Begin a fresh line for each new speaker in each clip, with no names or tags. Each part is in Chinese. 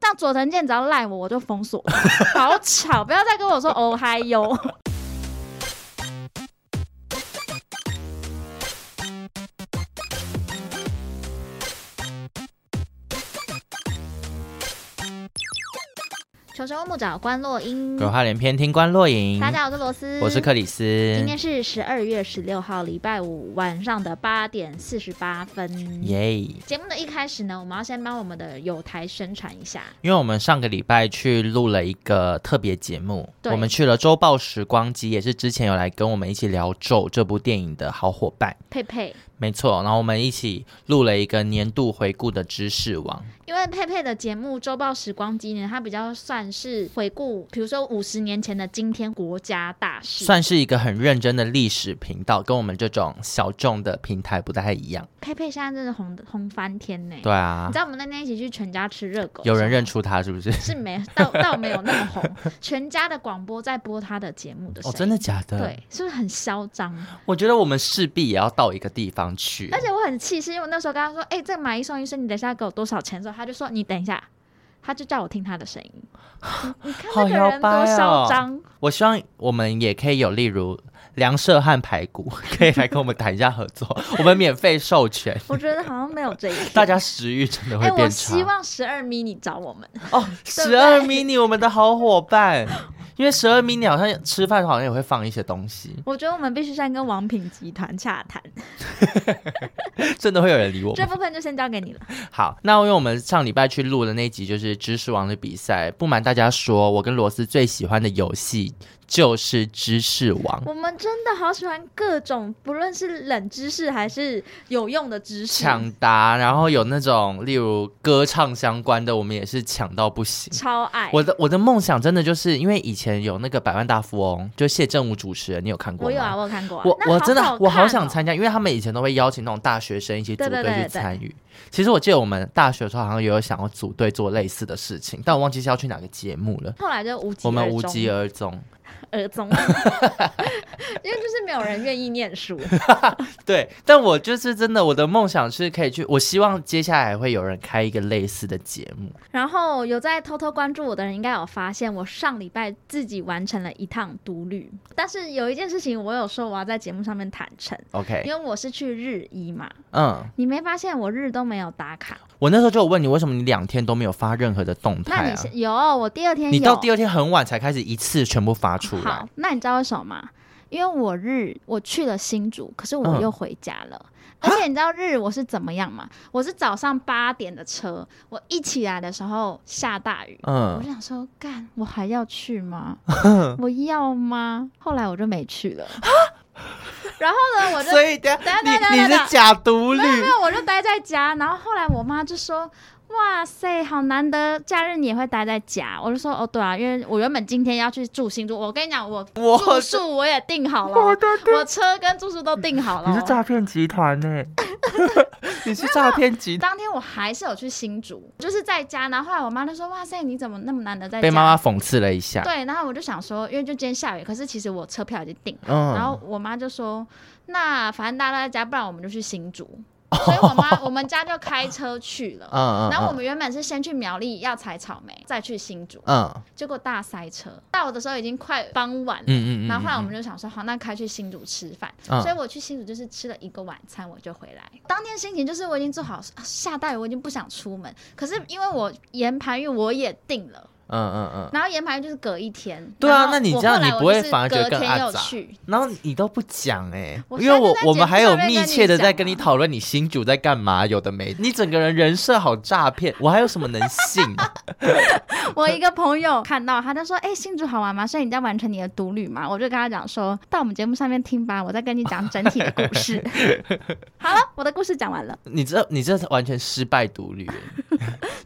像佐藤健只要赖我，我就封锁，好巧，不要再跟我说哦嗨哟。求生问木找关洛英，
鬼话连篇，听官落影。
大家好，我是罗斯，
我是克里斯。
今天是十二月十六号，礼拜五晚上的八点四十八分。
耶
节目的一开始呢，我们要先帮我们的友台宣传一下。
因为我们上个礼拜去录了一个特别节目，
对
我们去了周报时光机，也是之前有来跟我们一起聊《咒》这部电影的好伙伴，
佩佩，
没错。然后我们一起录了一个年度回顾的知识网，
因为佩佩的节目《周报时光机》呢，它比较算是回顾，比如说五十年前的今天国家大事。
算是一个很认真的历史频道，跟我们这种小众的平台不太一样。
佩佩现在真的红的红翻天呢、
对啊
你知，道我们那天一起去全家吃热狗，
有人认出他是不是？
是没 到到没有那么红，全家的广播在播他的节目的声
哦，
音，
真的假的？
对，是不是很嚣 张？
我觉得我们势必也要到一个地方去。
而且我很气，是因为我那时候跟他说：“哎、这买一送一是你等一下给我多少钱？”的时候，他就说：“你等一下。”他就叫我听他的声音，你看这
好
个
摇
人
摆
多
哦
嚣张，
我希望我们也可以有，例如梁舍汉排骨， 可以来跟我们谈一下合 作，我们免费授权。
我觉得好像没有这一天。
大家食欲真的
哎、
会
我
变差、
希望十二迷你找我们，
哦，十二 mini 我们的好伙伴，因为十二 mini 好像吃饭好像也会放一些东西，
我觉得我们必须先跟王品集团洽谈，
真的会有人理我
这
们。
部分就先交给你了。
好，那因为我们上礼拜去录的那集就是知识王的比赛，不瞒大家说，我跟罗斯最喜欢的游戏就是知识王。
我们真的好喜欢各种，不论是冷知识还是有用的知识，
抢答，然后有那种例如歌唱相关的，我们也是抢到不行。
超爱。
我的我的梦想真的就是因为以前有那个百万大富翁，就谢振武主持人，你有看过吗？
我有啊，我有看过、啊。
我
那
我真的
好
我好
看
想
哦
参加，因为他们以前都会邀请那种大学生一起组
对对
队
对
去
对对
参与。其实我记得我们大学的时候好像也有想要组队做类似的事情，但我忘记是要去哪个节目了。
后来就无疾
我们
而
无
终
疾而终。
耳宗， 因为就是没有人愿意念书。
对，但我就是真的，我的梦想是可以去，我希望接下来会有人开一个类似的节目。
然后有在偷偷关注我的人，应该有发现我上礼拜自己完成了一趟独旅。但是有一件事情，我有说我要在节目上面坦诚，因
OK，
为我是去日医嘛，
嗯，
你没发现我日都没有打卡？
我那时候就有问你，为什么你两天都没有发任何的动
那
态
你
啊
是？有我第二天有，
你到第二天很晚才开始一次全部发出
哎
来
好，，那你知道为什么吗？因为我日我去了新竹，可是我
嗯
又回家了。而且你知道日我是怎么样吗？我是早上八点的车，我一起来的时候下大雨，我
嗯
就，想说，干，我还要去 吗？我要吗？后来我就没去了。然后呢，我就
所以等
等下
下你
等下
你
等下
是假独立
没有没有，我就待在家。然后后来我妈就说。哇塞，好难得，假日你也会待在家。我就说哦，对啊，因为我原本今天要去住新竹，我跟你讲，我
我
住宿我也订好了，我车跟住宿都订好了。
你是诈骗集团欸呢、 你是诈骗集团。
当天我还是有去新竹，就是在家。然后后来我妈就说：“哇塞，你怎么那么难得在家？”
被妈妈讽刺了一下，
啊对，然后我就想说，因为就今天下雨，可是其实我车票已经订了。
嗯，
然后我妈就说：“那反正大家都在家，不然我们就去新 竹。”所以我妈我们家就开车去了。
嗯嗯，
然后我们原本是先去苗栗要采草莓，再去新竹，
嗯
结果大塞车，到的时候已经快傍晚了。
嗯嗯嗯，
然后后来我
嗯
们就想说，好，那开去新竹吃饭。
嗯
所以我去新竹就是吃了一个晚餐，我就回来。当天心情就是我已经做好，啊下大雨我已经不想出门。可是因为我岩盘浴我也定了，
嗯嗯嗯，
然后岩盘浴就是隔一天。
对啊
然后
那你
我
这样
后来
你
我
不会
就是
反而觉得
隔
更
天
阿
又
杂
去
然后你都不讲哎、
我
因为我
现在就在
我们还有密切
节
的
目上面跟你讲
在跟你讨论你新主在干嘛，有的 没，你整个人人设好诈骗，我还有什么能信？
我一个朋友看到，他就说：“哎、新竹好玩吗？所以你在完成你的独旅嘛？”我就跟他讲说：“到我们节目上面听吧，我再跟你讲整体的故事。” 好了，我的故事讲完了，
你这你这是完全失败独立，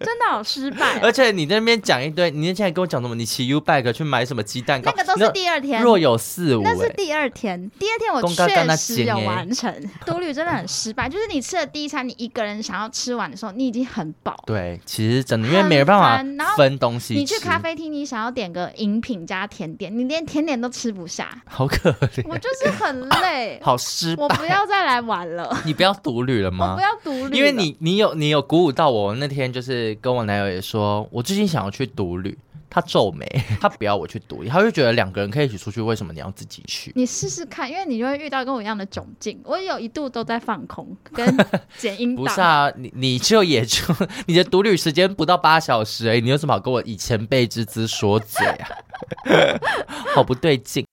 真的好失败哦、
而且你在那边讲一堆，你那天还跟我讲什么？你骑 U bike 去买什么鸡蛋糕
那？个都是第二天，
若有似无、
那是
欸，
第二天，第二天我
公告干那
哎确
剪
实有
欸
完成。独旅真的很失败，就是你吃了第一餐，你一个人想要吃完的时候，你已经很饱。
对，其实真的因为没有办
很
法
烦
分东西吃，
你去咖啡厅，你想要点个饮品加甜点，你连甜点都吃不下，
好可怜，
我就是很累，
好失败
我。不要再来玩 了，
你不要独旅了
我
吗
不？要独旅，
因为。你你有你有鼓舞到我，那天就是跟我男友也说，我最近想要去独旅，他皱眉，他不要我去独旅，他就觉得两个人可以一起出去，为什么你要自己去？
你试试看，因为你就会遇到跟我一样的窘境。我有一度都在放空 跟剪 音
不
档，
是啊，你你就也就 你的独旅时间不到八小时哎而已，你有什么好跟我以前辈之资说嘴啊？ 好不对劲，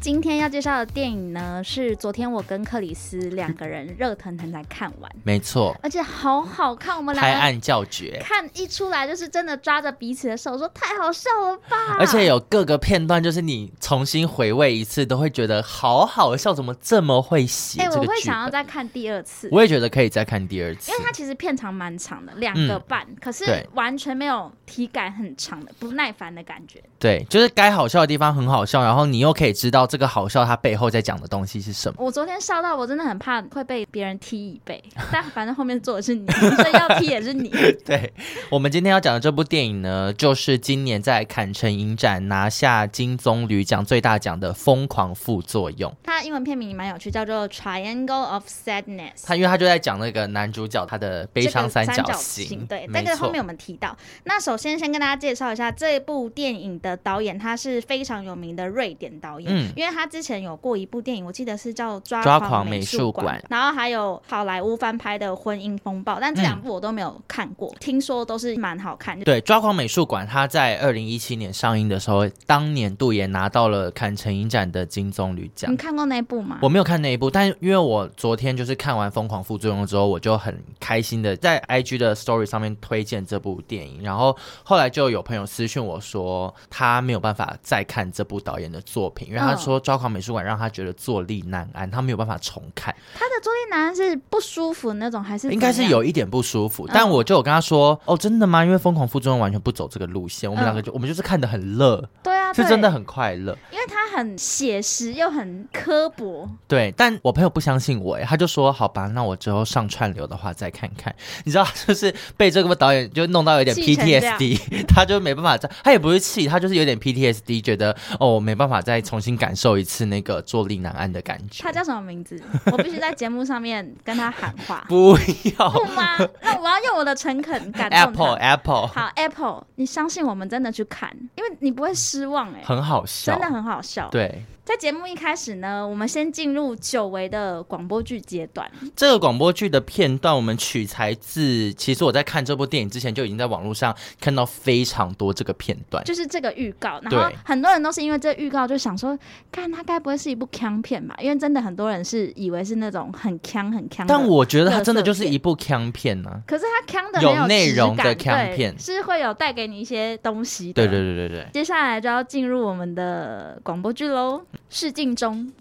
今天要介绍的电影呢，是昨天我跟克里斯两个人热腾腾才看完，
没错，
而且好好看。我们
拍
两个
案叫绝。
看一出来就是真的抓着彼此的手说：“太好笑了吧哎
而且有各个片段，就是你重新回味一次，都会觉得好好笑，怎么这么会！”写
哎、
这
我
个
会
剧
想要
本？
再看第二次，
我也觉得可以再看第二次
因为。它其实片长蛮长的，两个半，可是
嗯对
完全没有体感很长的不耐烦的感觉。
对，就是该好笑的地方很好笑，然后你又可以知道这个好笑它背后在讲的东西是什么。
我昨天笑到我真的很怕会被别人踢椅 背，但反正后面坐的是你，所以要踢也是你。
对我们今天要讲的这部电影呢，就是今年在坎城影展拿下金棕榈奖最大奖的《疯狂副作用》。
它英文片名蛮有趣，叫做《Triangle of Sadness》。
他因为他就在讲那个男主角他的悲
这
伤
个三
角
形，对，那
没
个
错
后面我们提到。那首先先跟大家介绍一下这部电影的导演，他是非常有名的瑞典导演，
嗯
因为他之前有过一部电影，我记得是叫《抓
抓狂
狂
美术
术
馆
然后还有好莱坞翻拍的《婚姻风暴》，但这
嗯
两部我都没有看过，听说都是蛮好看的。
对，抓狂美术馆，它在二零一七年上映的时候，当年度也拿到了坎城影展的金棕榈奖
你。看过那部吗？
我没有看那一部，但因为我昨天就是看完《疯狂副作用》之后，我就很开心的在 IG 的 Story 上面推荐这部电影，然后后来就有朋友私讯我说他没有办法再看这部导演的作品，因为他
嗯
说《抓狂美术馆》让他觉得坐立难安，他没有办法重看。
他的坐立难安是不舒服那种，还是
应该
怎
是
样嗯
有一点不舒服，但我就有跟他说，哦，真的吗？因为疯狂副作用完全不走这个路线，我们两个就、我们就是看得很乐，
对嗯啊，
是
对
真的，很快乐。
因为他很写实又很刻薄，
对，但我朋友不相信我，哎，他就说，好吧，那我之后上串流的话再看看。你知道， 就是被这个导演就弄到有点
气成这样
PTSD，他 就没办法再，他也不是气，他就是有点 PTSD，觉得哦，我没办法再重新感受一次那个坐立难安的感觉，
他。叫什么名字？我必须在节目上面跟他喊话
不要
不吗？那我要用我的诚恳 感动他。
Apple Apple，
好，Apple，你相信我们真的去看，因为你不会失望哎、
很好笑
真，的很好笑。
对。
在节目一开始呢，我们先进入久违的广播剧阶段。
这个广播剧的片段，我们取材自，其实我在看这部电影之前就已经在网络上看到非常多这个片段。
就是这个预告，然
对
后很多人都是因为这预告就想说，看它该不会是一部腔片吧？因为真的很多人是以为是那种很腔很腔的，
但我觉得它真的就是一部腔片啊呢、
可是它腔的
有
很质
内容的
感
腔
对
片
是会有带给你一些东西的。
对对对对对，
接下来就要进入我们的广播剧喽，试镜中。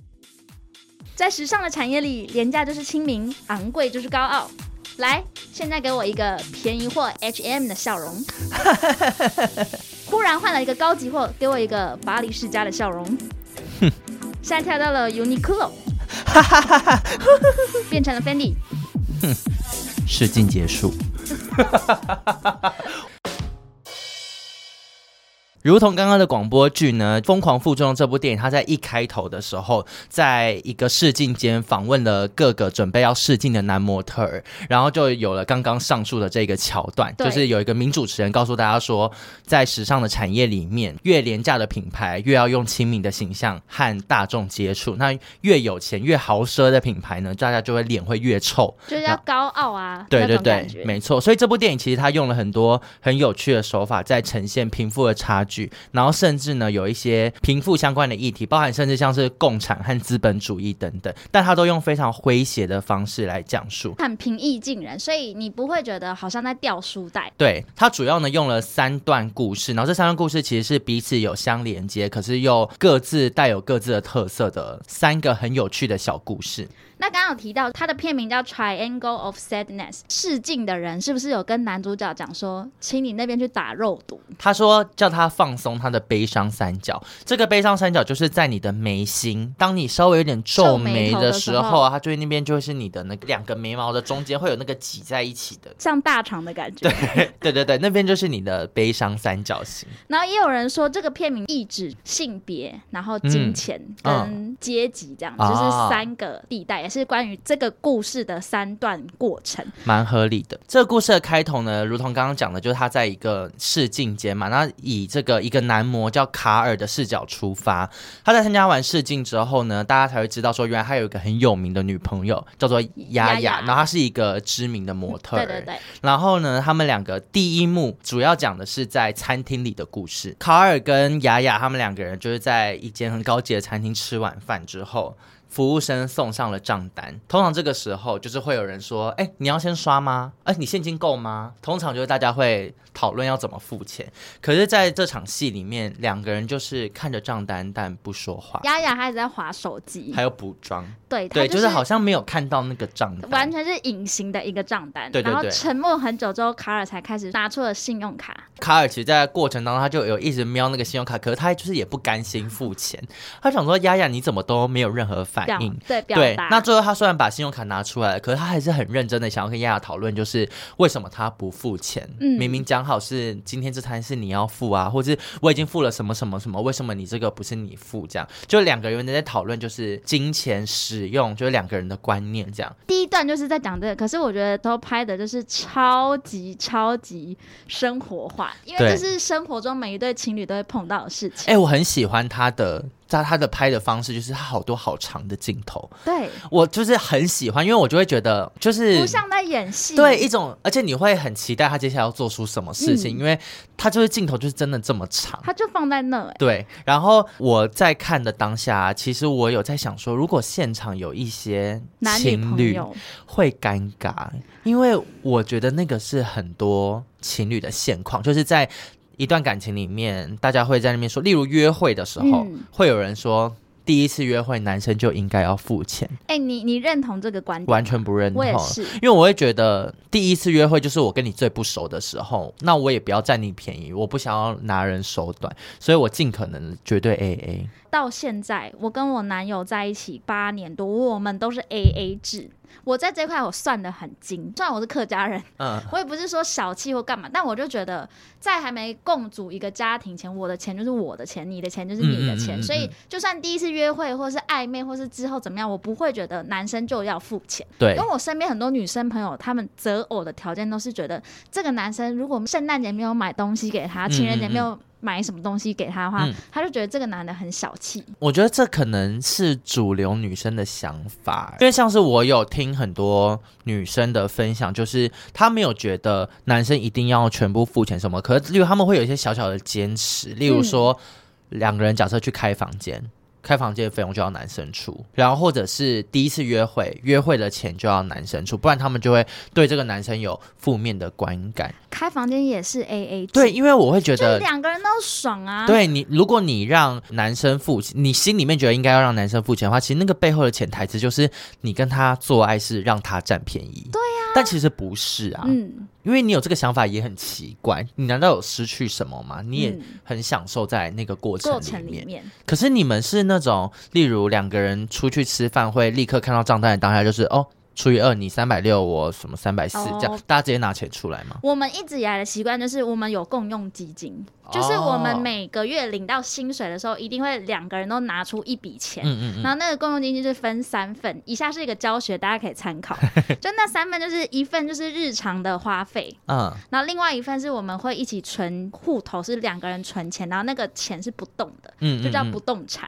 在时尚的产业里，廉价就是亲民，昂贵就是高傲。来，现在给我一个便宜货 H&M 的笑 容。忽然换了一个高级货，给我一个巴黎世家的笑容。现在跳到了 Uniqlo，变成了 Fendi。
试镜结束。如同刚刚的广播剧呢，《疯狂附作用》这部电影，它在一开头的时候，在一个试镜间访问了各个准备要试镜的男模特儿，然后就有了刚刚上述的这个桥段，
对
就是有一个名主持人告诉大家说，在时尚的产业里面，越廉价的品牌越要用亲民的形象和大众接触，那越有钱越豪奢的品牌呢，大家就会脸会越臭，
就是要高傲啊，
对对
那种感
对，
觉。
没错。所以这部电影其实它用了很多很有趣的手法，在呈现贫富的差距，然后甚至呢有一些贫富相关的议题，包含甚至像是共产和资本主义等等，但他都用非常诙谐的方式来讲述。
很平易近人，所以你不会觉得好像在掉书袋。
对，它主要呢用了三段故事，然后这三段故事其实是彼此有相连接，可是又各自带有各自的特色的三个很有趣的小故事。
那刚刚有提到它的片名叫《Triangle of Sadness》，试镜的人是不是有跟男主角讲说，请你那边去打肉毒？
他说叫他放松他的悲伤三角，这个悲伤三角就是在你的眉心，当你稍微有点皱
皱眉
眉的时
头的时
候
候
啊，它就会那边就会是你的那个两个眉毛的中间会有那个挤在一起的，
像大肠的感觉。
对对对，那边就是你的悲伤三角形。
然后也有人说，这个片名意指性别，然后金钱
嗯
跟阶级，这样、
啊
就是三个地带，也是关于这个故事的三段过程。
蛮合理的。这个故事的开头呢，如同刚刚讲的，就是他在一个试镜间嘛，那以这个一个男模叫卡尔的视角出发，他在参加完试镜之后呢，大家才会知道说，原来他有一个很有名的女朋友叫做
雅
雅
雅
雅，然后她是一个知名的模特儿。
对对对，
然后呢，他们两个第一幕主要讲的是在餐厅里的故事。卡尔跟雅雅他们两个人就是在一间很高级的餐厅吃晚饭之后。服务生送上了账单，通常这个时候就是会有人说：“哎、你要先刷吗？哎、你现金够吗？”通常就是大家会讨论要怎么付钱。可是，在这场戏里面，两个人就是看着账单但不说话，
丫丫她一直在划手机
还，有补妆，
对，她
对，
就是
好像没有看到那个账单，
完全是隐形的一个账单。
对对
然后
对
沉默很久之后，卡尔才开始拿出了信用卡。
卡尔其实在过程当中，他就有一直瞄那个信用卡，可是他就是也不甘心付钱。他想说：“丫丫，你怎么都没有任何反
表
应
对？”表
对
达，，
那最后他虽然把信用卡拿出来了，可是他还是很认真的想要跟丫丫讨论，就是为什么他不付钱？
嗯
明明讲好是今天这餐是你要付啊，或是我已经付了什么什么什么，为什么你这个不是你付？这样就两个人在讨论，就是金钱使用，就是两个人的观念这样。
第一段就是在讲这个，可是我觉得都拍的就是超级超级生活化，因为
对
这是生活中每一对情侣都会碰到的事情。
哎、我很喜欢他的。在他的拍的方式，就是他好多好长的镜头，
对，
我就是很喜欢，因为我就会觉得就是
不像在演戏。
嗯对一种，而且你会很期待他接下来要做出什么事情，
嗯
因为他就是镜头就是真的这么长。
他就放在那、欸，
对，然后我在看的当下，其实我有在想说，如果现场有一些
男女
情
朋
侣
友，
会尴尬，因为我觉得那个是很多情侣的现况，就是在一段感情里面，大家会在那边说，例如约会的时候，
嗯
会有人说第一次约会男生就应该要付钱，
哎、你你认同这个观点？
完全不认同。
我也是，
因为我会觉得第一次约会就是我跟你最不熟的时候，那我也不要占你便宜，我不想要拿人手短，所以我尽可能绝对 A A。
到现在我跟我男友在一起八年多，我们都是 A A 制。我在这块我算的很精，虽然我是客家人，
嗯，
我也不是说小气或干嘛，但我就觉得在还没共组一个家庭前，我的钱就是我的钱，你的钱就是你的钱，
嗯嗯嗯嗯嗯
所以就算第一次约会或是暧昧或是之后怎么样，我不会觉得男生就要付钱。
对
因为我身边很多女生朋友，她们择偶的条件都是觉得这个男生如果圣诞节没有买东西给他，
嗯
情人节
嗯嗯
没有买什么东西给他的话，
嗯
他就觉得这个男的很小气。
我觉得这可能是主流女生的想法，因为像是我有听很多女生的分享，就是她没有觉得男生一定要全部付钱什么，可是例如他们会有一些小小的坚持，例如说、两个人假设去开房间。开房间的费用就要男生出，然后或者是第一次约会，约会的钱就要男生出，不然他们就会对这个男生有负面的观感。
开房间也是 A A 制，
对，，因为我会觉
就是
得
两个人都爽啊。
对你，如果你让男生付钱，你心里面觉得应该要让男生付钱的话，其实那个背后的潜台词就是你跟他做爱是让他占便宜。对呀、但其实不是啊，
啊嗯，
因为你有这个想法也很奇怪。你难道有失去什么吗？你也
嗯
很享受在那个过程
过
里
程
面。
里面。
可是你们是那种，例如两个人出去吃饭会立刻看到账单的当下就是哦。除以二，你三百六，我什么三百四，这样
哦
大家直接拿钱出来吗？
我们一直以来的习惯就是，我们有共用基金，
哦
就是我们每个月领到薪水的时候，一定会两个人都拿出一笔钱。
嗯嗯嗯，
然后那个共用基金就是分三份，以下是一个教学，大家可以参 考。就那三份，就是一份就是日常的花费，
嗯，
然后另外一份是我们会一起存户头，是两个人存钱，然后那个钱是不动的，
嗯
就叫
嗯嗯
不 动产。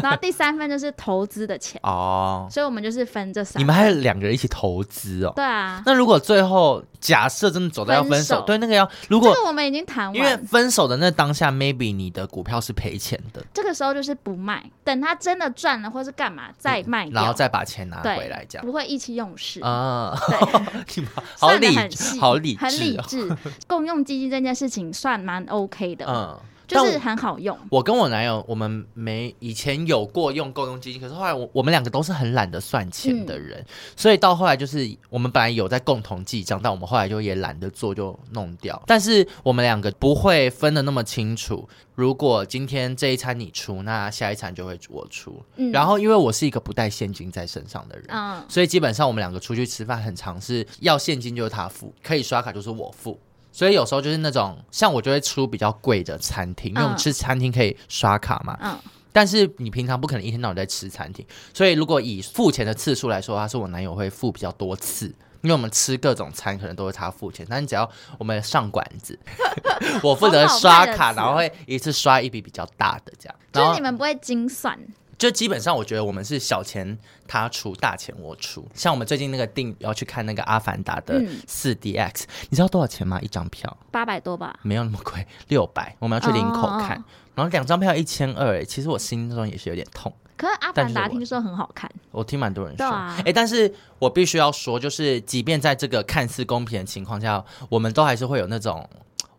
然后第三份就是投资的钱，
哦，
所以我们就是分这三
你们还两个人一起投资哦。
对啊，
那如果最后假设真的走到要分
分
手，
手
对那个要如
这
果
个我们已经谈
因为
完，
分手的那当下，maybe 你的股票是赔钱的，
这个时候就是不卖，等他真的赚了或是干嘛再卖掉，
嗯然后再把钱拿
对
回来这样
不会意气用事。
啊。
对，
你妈好
算得
理
很细，
好理
很
智
理
哦，
智。共用基金这件事情算蛮 OK 的，
嗯，但
就
我
是很好用。
我跟我男友，我们没以前有过用共用基金，可是后来我我们两个都是很懒得算钱的人，所以到后来就是我们本来有在共同记账，但我们后来就也懒得做，就弄掉。但是我们两个不会分的那么清楚。如果今天这一餐你出，那下一餐就会我出。
嗯
然后因为我是一个不带现金在身上的人，
嗯，
所以基本上我们两个出去吃饭，很常是要现金就是他付，可以刷卡就是我付。所以有时候就是那种像我就会出比较贵的餐厅，因为我们
嗯
吃餐厅可以刷卡嘛。
嗯
但是你平常不可能一天到晚在吃餐厅，所以如果以付钱的次数来说，他是我男友会付比较多次，因为我们吃各种餐可能都会他付钱，但是只要我们上馆子， 我负责刷卡，
好好看的
哦
词
然后会一次刷一笔比较大的这样。
就
然
是
后
你们不会精算，
就基本上，我觉得我们是小钱他出，大钱我出。像我们最近那个订要去看那个《阿凡达》的
嗯
四 DX，、你知道多少钱吗？一张票
八百多吧？
没有那么贵，六百。我们要去林口看，
哦
然后两张票一千二，哎，其实我心中也是有点痛。
可是《阿
但
凡
是
达
我》
听说很好看，
我听蛮多人说，
对
哎、
啊
但是我必须要说，就是即便在这个看似公平的情况下，我们都还是会有那种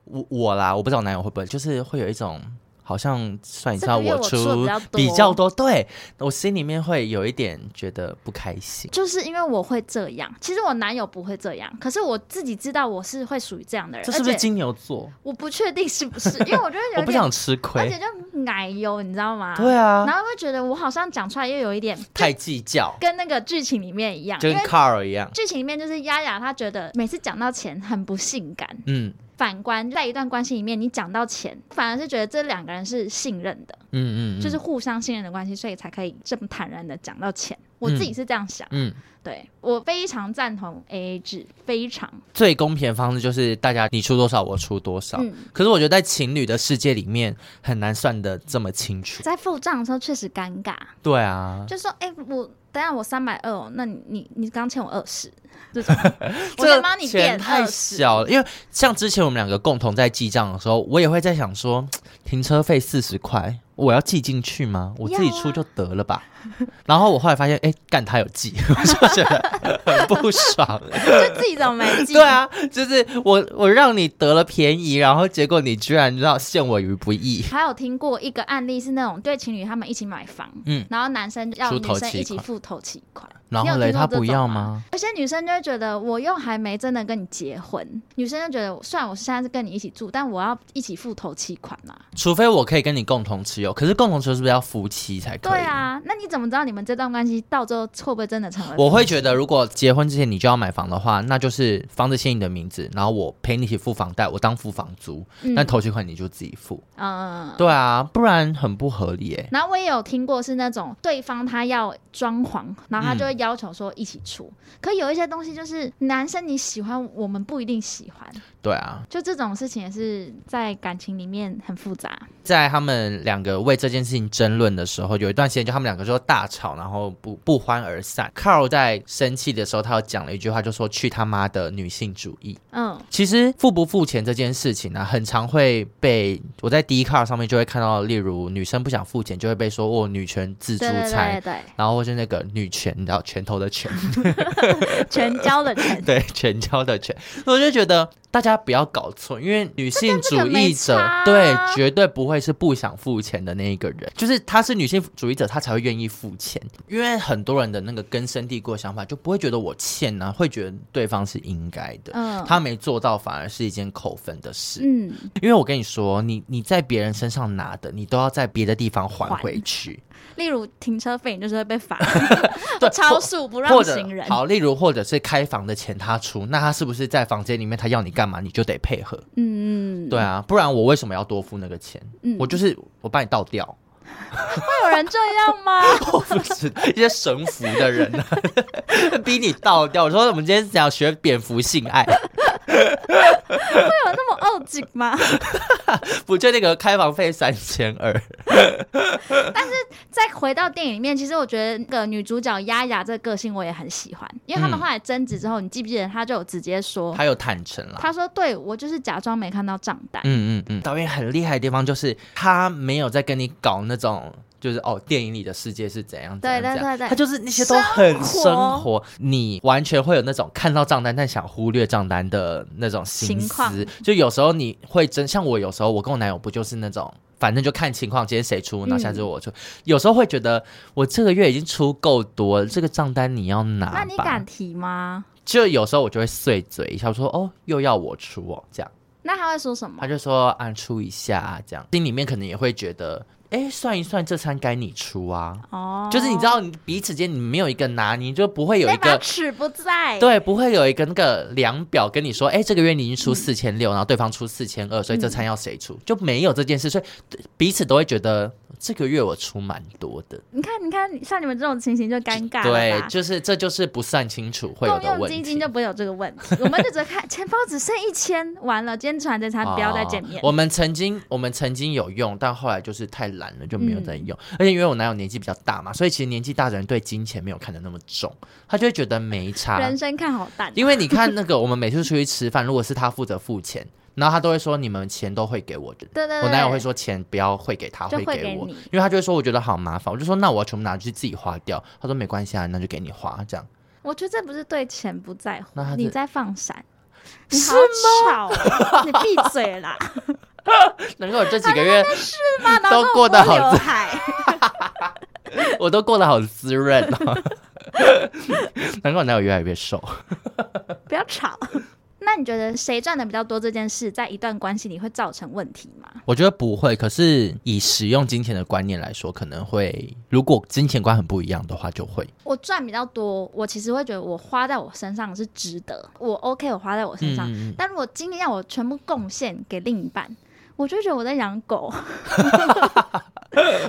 我我啦，我不知道我男友会不会，就是会有一种好像算一
这
算
个月我出的比
出
较多
比较多，对我心里面会有一点觉得不开心。
就是因为我会这样。其实我男友不会这样，可是我自己知道我是会属于这样的人，
这是不是
而且
金牛座？
我不确定是不是，因为我觉得有点，
我不想吃
而
亏
且，就奶油，你知道吗？
对啊
然，后会觉得我好像讲出来又有一点
太计较，
跟那个剧情里面一样，
就
因
跟
为
Carl 一样。
剧情里面就是丫丫她觉得每次讲到钱很不性感，
嗯
反观在一段关系里面，你讲到钱，反而是觉得这两个人是信任的，
嗯嗯，嗯
就是互相信任的关系，所以才可以这么坦然的讲到钱。我自己是这样想，
嗯，
对我非常赞同 A A 制，非常
最公平的方式就是大家你出多少，我出多少。
嗯。
可是我觉得在情侣的世界里面很难算得这么清楚。
在付账的时候确实尴尬，
对啊，
就说：“哎、我等下我三百二哦，那你你你刚欠我二十，这 种我
这
先
个
帮你
钱
变
太
二十。
小了，因为像之前我们两个共同在记账的时候，我也会在想说，停车费四十块，我要记进去吗？我自己出就得了吧。然后我后来发现，哎、干他有记， 我就觉得很不爽。
就自己怎么没 记？
对啊，就是我我让你得了便宜，然后结果你居然让陷我于不义。
还有听过一个案例是那种对情侣他们一起买房，
嗯
然后男生要
出
女
头
生
期
一起
款
付头期款，
然后
你有
嘞，
听过
他不
这种
要
吗
吗？
而且女生就会觉得我又还没真的跟你结婚，女生就觉得虽然我现在是跟你一起住，但我要一起付头期款嘛。
除非我可以跟你共同持有，可是共同持有是不是要夫妻才可以？
对啊，那你怎么知道你们这段关系到最后会不会真的成为？
我会觉得，如果结婚之前你就要买房的话，那就是房子写你的名字，然后我陪你一起付房贷，我当付房租，
嗯
那头期款你就自己付。
嗯。
对啊，不然很不合理耶。
然后我也有听过是那种对方他要装潢，然后他就
嗯
会要求说一起出。可有一些东西就是男生你喜欢，我们不一定喜欢，
对啊，
就这种事情也是在感情里面很复杂。
在他们两个为这件事情争论的时候，有一段时间就他们两个就大吵，然后不不欢而散。Carl 在生气的时候，他有讲了一句话，就说“去他妈的女性主义”。
嗯，
其实付不付钱这件事情呢、很常会被我在 d c a r 上面就会看到，例如女生不想付钱，就会被说哦女权自助
对对
餐
对，对，
然后或是那个女权，你知道拳头的拳，。
全交的全
对，拳交的拳，所以我就觉得大家不要搞错，因为女性主
这
义者
个没差
对绝对不会是不想付钱的那一个人，就是她是女性主义者，她才会愿意付钱，因为很多人的那个根深蒂固的想法就不会觉得我欠啊，会觉得对方是应该的。
嗯
他没做到，反而是一件扣分的事。
嗯，
因为我跟你说，你你在别人身上拿的，你都要在别的地方还回去。
例如停车费，你就是会被罚
对，
超速不
或
让
者
行人。
好，例如或者是开房的钱他出，那他是不是在房间里面他要你干嘛，你就得配合？
嗯，
对啊，不然我为什么要多付那个钱？
嗯
我就是我把你倒掉，
会有人这样吗？
我不是一些神 服的人、啊、逼你倒掉。我说我们今天想学蝙蝠性爱，
有那么傲景吗？
不就那个开房费三千二，
哦再回到电影里面，其实我觉得那个女主角丫丫这个个性我也很喜欢，因为他们
嗯
后来争执之后，你记不记得她就有直接说，
他有坦诚啦。
她说对我就是假装没看到账单。
嗯嗯嗯，导演很厉害的地方就是他没有在跟你搞那种。就是哦，电影里的世界是怎样怎
对
嗯样怎
对对
样，
对
他就是那些都很生活，你完全会有那种看到账单但想忽略账单的那种心
情况
思。就有时候你会真像我，有时候我跟我男友不就是那种，反正就看情况，今天谁出，然
嗯
后下次我出。有时候会觉得我这个月已经出够多了，这个账单你要拿吧。
那你敢提吗？
就有时候我就会碎嘴，想说哦，又要我出哦，这样。
那她会说什么
他？就说按出一下、啊、这样，心里面可能也会觉得，哎，算一算这餐该你出啊，
哦，
就是你知道你彼此间你没有一个拿捏，就不会有
那
一
把
个。
尺不在。
对，不会有一个那个量表跟你说，哎，这个月你已经
嗯
出四千六，然后对方出四千二，所以这餐要谁出、就没有这件事，所以彼此都会觉得这个月我出蛮多的。
你看，你看，像你们这种情形就尴尬了
对
吧，？
就是这就是不算清楚会有
共
的
用
问
基
题。
金就不会有这个问题，我们就只看 钱包只剩一千，完了，今天吃完这餐不要再见面
哦。我们曾经我们曾经有用，但后来就是太懒了，就没有再用。
嗯
而且因为我男友年纪比较大嘛，所以其实年纪大的人对金钱没有看得那么重，他就会觉得没差
人。生看好淡，啊
因为你看那个，我们每次出去吃饭，如果是他负责付钱，然后他都会说你们钱都会给我的。
对对对，
我男友会说钱不要汇给他，
就
汇
汇
给
给
我，
你
因为他就会说我觉得好麻烦，我就说那我要全部拿去自己花掉。他说没关系啊，那就给你花 这样。
我觉得这不是对钱不在乎
那他，是
你在放闪。你好吵 哦，你闭嘴 啦！
能够有这几个月
妈然后
都过得好
刘海，
我都过得好滋润哦， 难怪我男友越来越瘦。
不要吵。 那你觉得谁赚的比较多这件事，在一段关系里会造成问题吗？
我觉得不会，可是以使用金钱的观念来说，可能会，如果金钱观很不一样的话，就会。
我赚比较多，我其实会觉得我花在我身上是值得，我 OK，我花在我身上。
嗯，
但如果今天要我全部贡献给另一半，我就觉得我在养 狗，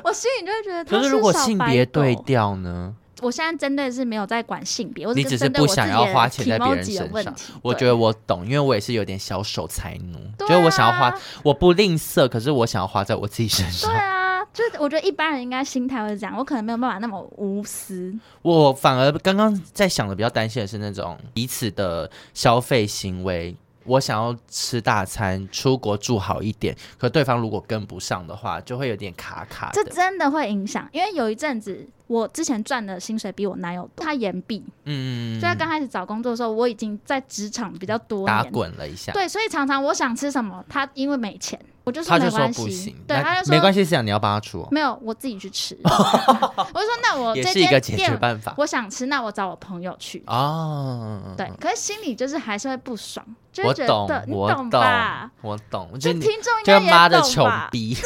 我心里就会觉得他
可是如
是
果
小
性
白
别对
狗
调呢？
我现在针对的是没有在管性别，我
你
就
只是
针对
不
我
想
自己
要
的
花钱在别
emoji
人
的
身
问
上
题
我
对
觉得我懂，因为我也是有点小手财奴，
对
就是我想要花
啊，
我不吝啬，可是我想要花在我自己身上
对。啊，就是我觉得一般人应该心态会是这样，我可能没有办法那么无私。
我反而刚刚在想的比较担心的是那种彼此的消费行为。我想要吃大餐，出国住好一点，可对方如果跟不上的话，就会有点卡卡
这
的。
真的会影响，因为有一阵子我之前赚的薪水比我男友多，他延毕，
嗯，
所以他刚开始找工作的时候，我已经在职场比较多
打
年，
滚了一下，
对，所以常常我想吃什么，他因为没钱，我就说
他
没
就说
关
不
系
行，，
对，
那
他就说
没关系，是想你要帮他出哦、
没有，我自己去 吃。我就说那我
也
哦这
是一个
间
解决
店
办法
我想吃，那我找我朋友去。
哦。
对，可是心里就是还是会不爽，就
我
是觉
懂
得，你
我懂
吧？，
我懂，就
就是
你。
听众应
就
该也
妈的
懂
穷
吧？
逼，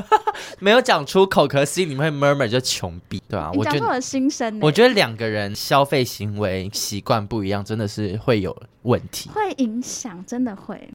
没有讲出口，可是心里面会 murmur 就穷逼，对吧、啊？
你
我
讲
觉
出我
得，
的心声呢，
我觉得两个人消费行为习惯不一样，真的是会有问题。
会影响，真的会。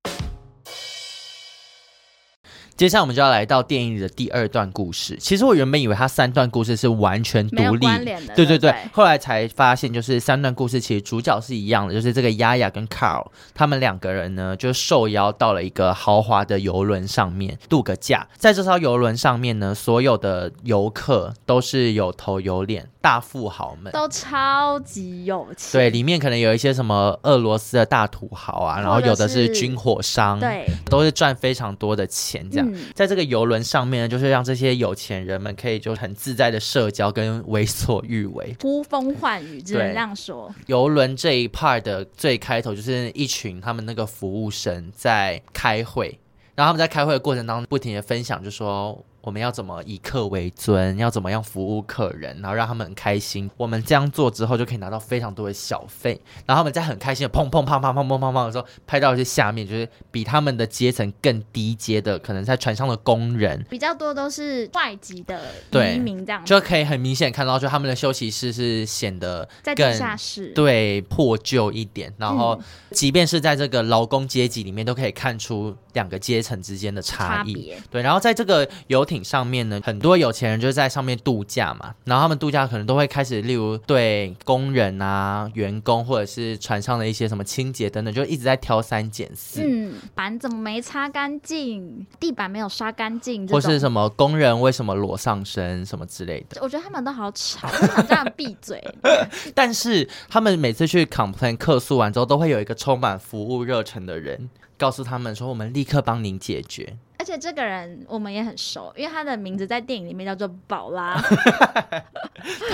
接下来我们就要来到电影里的第二段故事。其实我原本以为它三段故事是完全
没有
独立
关联的
对
对
对
不对
后来才发现，就是三段故事其实主角是一样的，就是这个丫丫跟 Carl 他们两个人呢，就受邀到了一个豪华的游轮上面度个假。在这艘游轮上面呢，所有的游客都是有头有脸大富豪们。
都超级有钱，
对，里面可能有一些什么俄罗斯的大土豪啊，然后
或者
有的是
是
军火商，，
对，
都是赚非常多的钱这样。
嗯，
在这个游轮上面呢，就是让这些有钱人们可以就很自在的社交跟为所欲为。
呼风唤雨，只能
对
这样说。
游轮这一 part 的最开头就是一群他们那个服务生在开会，然后他们在开会的过程当中不停的分享，就说。我们要怎么以客为尊？要怎么样服务客人，然后让他们很开心。我们这样做之后，就可以拿到非常多的小费。然后他们在很开心的砰砰砰砰砰砰砰砰的时候，拍到一些下面就是比他们的阶层更低阶的，可能在船上的工人，
比较多都是外籍的
对
移民这样，
就可以很明显看到，就他们的休息室是显得
在地
更
下室，
对破旧一点，然
嗯
后即便是在这个劳工阶级里面，都可以看出两个阶层之间的差
差
异。
别。
对，然后在这个游艇品上面呢，很多有钱人就是在上面度假嘛，然后他们度假可能都会开始，例如对工人啊、员工或者是船上的一些什么清洁等等，就一直在挑三拣四。
嗯，板怎么没擦干净？地板没有刷干净，这
或
种
是什么工人为什么裸上身什么之类的，
我觉得他们都好吵，我想这样闭嘴。
但是他们每次去 complain 客诉完之后，都会有一个充满服务热忱的人告诉他们说：“我们立刻帮您解决。”
而且这个人我们也很熟，因为他的名字在电影里面叫做宝拉，
啊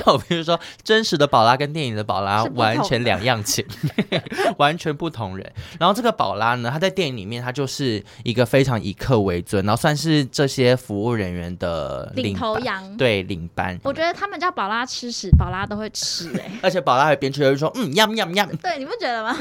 我比如说，真实的宝拉跟电影的宝拉
是不同的
完全两样情， 完全不同人。然后这个宝拉呢，她在电影里面她就是一个非常以客为尊，然后算是这些服务人员的
领头
班
羊。
对领班。
我觉得他们叫宝拉吃屎，宝拉都会吃哎、
而且宝拉还边吃边说，嗯，呀呀呀。
对，你不觉得吗？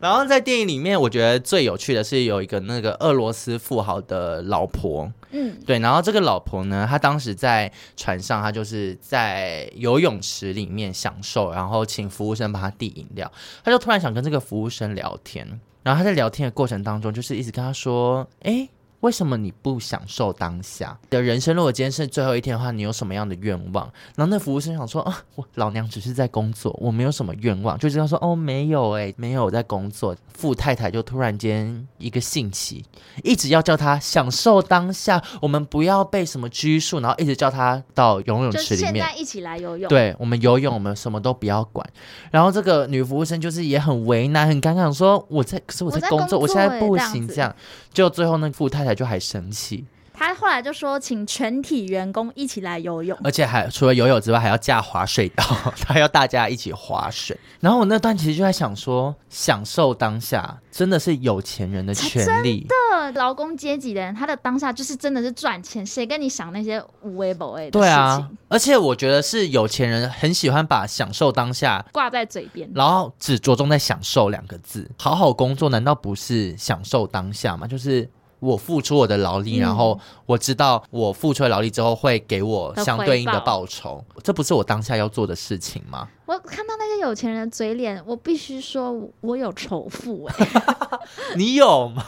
然后在电影里面，我觉得最有趣的是有一个那个俄罗斯富豪的老婆，
嗯，
对，然后这个老婆呢，她当时在船上，她就是在游泳池里面享受，然后请服务生帮她递饮料，她就突然想跟这个服务生聊天，然后她在聊天的过程当中，就是一直跟他说，哎。为什么你不享受当下你的人生？如果今天是最后一天的话，你有什么样的愿望？然后那服务生想说啊，我老娘只是在工作，我没有什么愿望。就知道说哦，没有哎、没有我在工作。富太太就突然间一个兴起，一直要叫他享受当下，我们不要被什么拘束，然后一直叫他到游泳
就
池
是
里
现
面。
在一起来游泳。
对我们游
嗯
泳，我们什么都不要管。然后这个女服务生就是也很为难，很尴尬，说我在，可是我在
我在
工
工
作，我现
作
在
欸
不
这样
行，
子
这样。就最后那富太太就还生气，
他后来就说，请全体员工一起来游泳。
而且还除了游泳之外，还要架滑水道， 还要大家一起划水。然后我那段其实就在想说，享受当下真的是有钱人的权利，
这劳工阶级的人，他的当下就是真的是赚钱，谁跟你想那些无微不微的
对
事情？
啊。而且我觉得是有钱人很喜欢把享受当下，
挂在嘴边。
然后只着重在享受两个字。好好工作难道不是享受当下吗？就是。我付出我的劳力，
嗯
然后我知道我付出的劳力之后会给我
的
相对应的
回报
报酬，这不是我当下要做的事情吗？
我看到那些有钱人的嘴脸，我必须说，我有仇富 哎、
你有吗？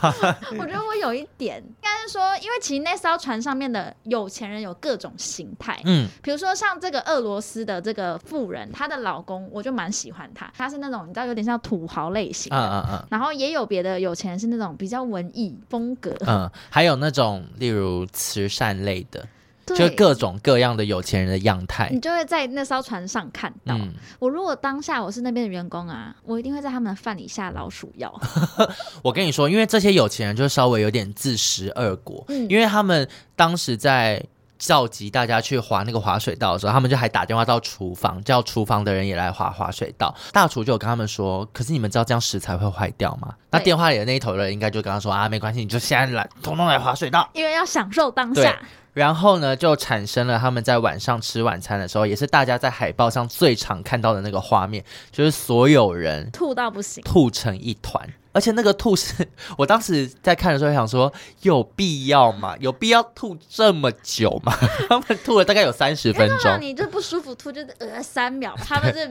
我觉得我有一点，应该是说，因为其实那艘船上面的有钱人有各种形态，
嗯，
比如说像这个俄罗斯的这个富人，她的老公我就蛮喜欢他，他是那种你知道有点像土豪类型的
嗯嗯嗯。
然后也有别的有钱人是那种比较文艺风格，
嗯，还有那种例如慈善类的，就
对，
各种各样的有钱人的样态
你。就会在那艘船上看到。
嗯，
我如果当下我是那边的员工啊，我一定会在他们的饭里下老鼠药。
我跟你说，因为这些有钱人就稍微有点自食恶果，
嗯
因为他们当时在召集大家去划那个滑水道的时候，他们就还打电话到厨房，叫厨房的人也来划滑水道。大厨就有跟他们说，可是你们知道这样食材会坏掉吗？那
对
电话里的那一头的人应该就跟他说啊，没关系，你就现在来，统统来划水道。
因为要享受当下，
然后呢，就产生了他们在晚上吃晚餐的时候，也是大家在海报上最常看到的那个画面，就是所有人
吐到不行。
吐成一团。而且那个吐是， 我当时在看的时候想说，有必要吗？有必要吐这么久吗？ 他们吐了大概有三十分
那
钟，
你就不舒服吐，就是呃三秒，他们是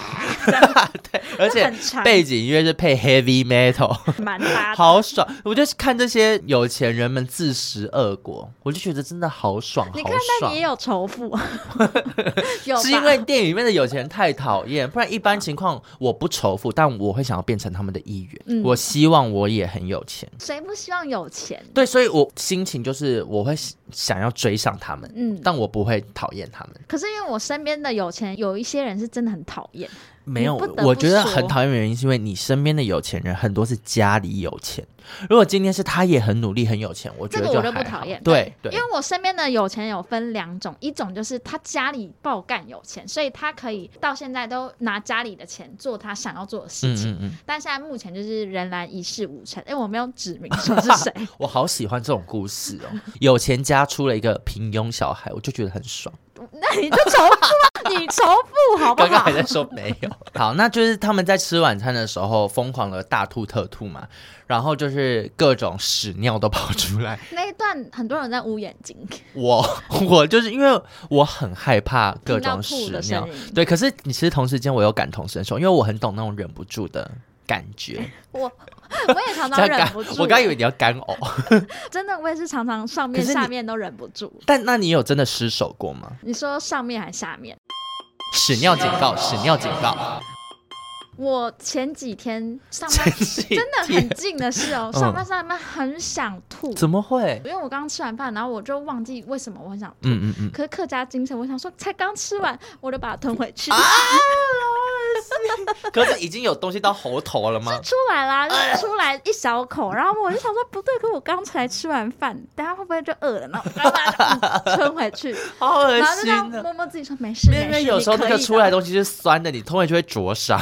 就
而且
很长，
背景音乐是配 heavy metal，
蛮大的。
好爽！我就是看这些有钱人们自食恶果，我就觉得真的好爽，好
你
爽。
看他也有仇富， 有吧
是因为电影里面的有钱人太讨厌，不然一般情况我不仇富，但我会想要变成他们的一员。
嗯
我希望我也很有钱，
谁不希望有钱？
对，所以我心情就是我会想要追上他们，
嗯，
但我不会讨厌他们。
可是因为我身边的有钱人，有一些人是真的很讨厌，
没有，
你不得不
我觉得
说
很讨厌的原因是因为你身边的有钱人很多是家里有钱，如果今天是他也很努力很有钱，我觉
这
得
个我就
还
不讨
好
厌。
对对
因，为我身边的有钱有分两种，一种就是他家里爆干有钱，所以他可以到现在都拿家里的钱做他想要做的事
嗯
情。
嗯嗯，
但现在目前就是仍然一事无成，哎，我没有指明说是谁，
我好喜欢这种故事哦。有钱家出了一个平庸小孩，我就觉得很爽。
那你就仇富，你仇富好不
刚刚
好
还？在说没有。好，那就是他们在吃晚餐的时候疯狂的大吐特吐嘛，然后就是各种屎尿都跑出来。
那一段很多人在捂眼睛，
我 我就是因为我很害怕各
听到
种
吐
屎
的
尿
声，音。
对。可是你其实同时间我有感同身受，因为我很懂那种忍不住的感觉。
我我也常常哎忍不住、
我刚以为你要干呕，
真的，我也是常常上面
可是你
下面都忍不住。
但那你有真的失手过吗？
你说上面还下面？
屎尿警告，屎尿警告，
我前几天上班
真 是
真的很近的事哦，
嗯
上班上班很想吐，
怎么会？
因为我刚吃完饭，然后我就忘记为什么我很想吐。
嗯嗯嗯，
可是客家精神，我想说才刚吃完，我就把它吞回
啊
去，
可是已经有东西到喉头了吗？
出来啦，
哎
就出来一小口，然后我就想说不对，可我刚才吃完饭，等下会不会就饿了呢？然后我就 把它嗯吞回去，
好恶
然后就这
心
样
啊！
摸摸自己说没事，
因为因
没
为
事，
有时候
你可
那
以
个
的
出来的东西是酸的，你通常就会灼伤。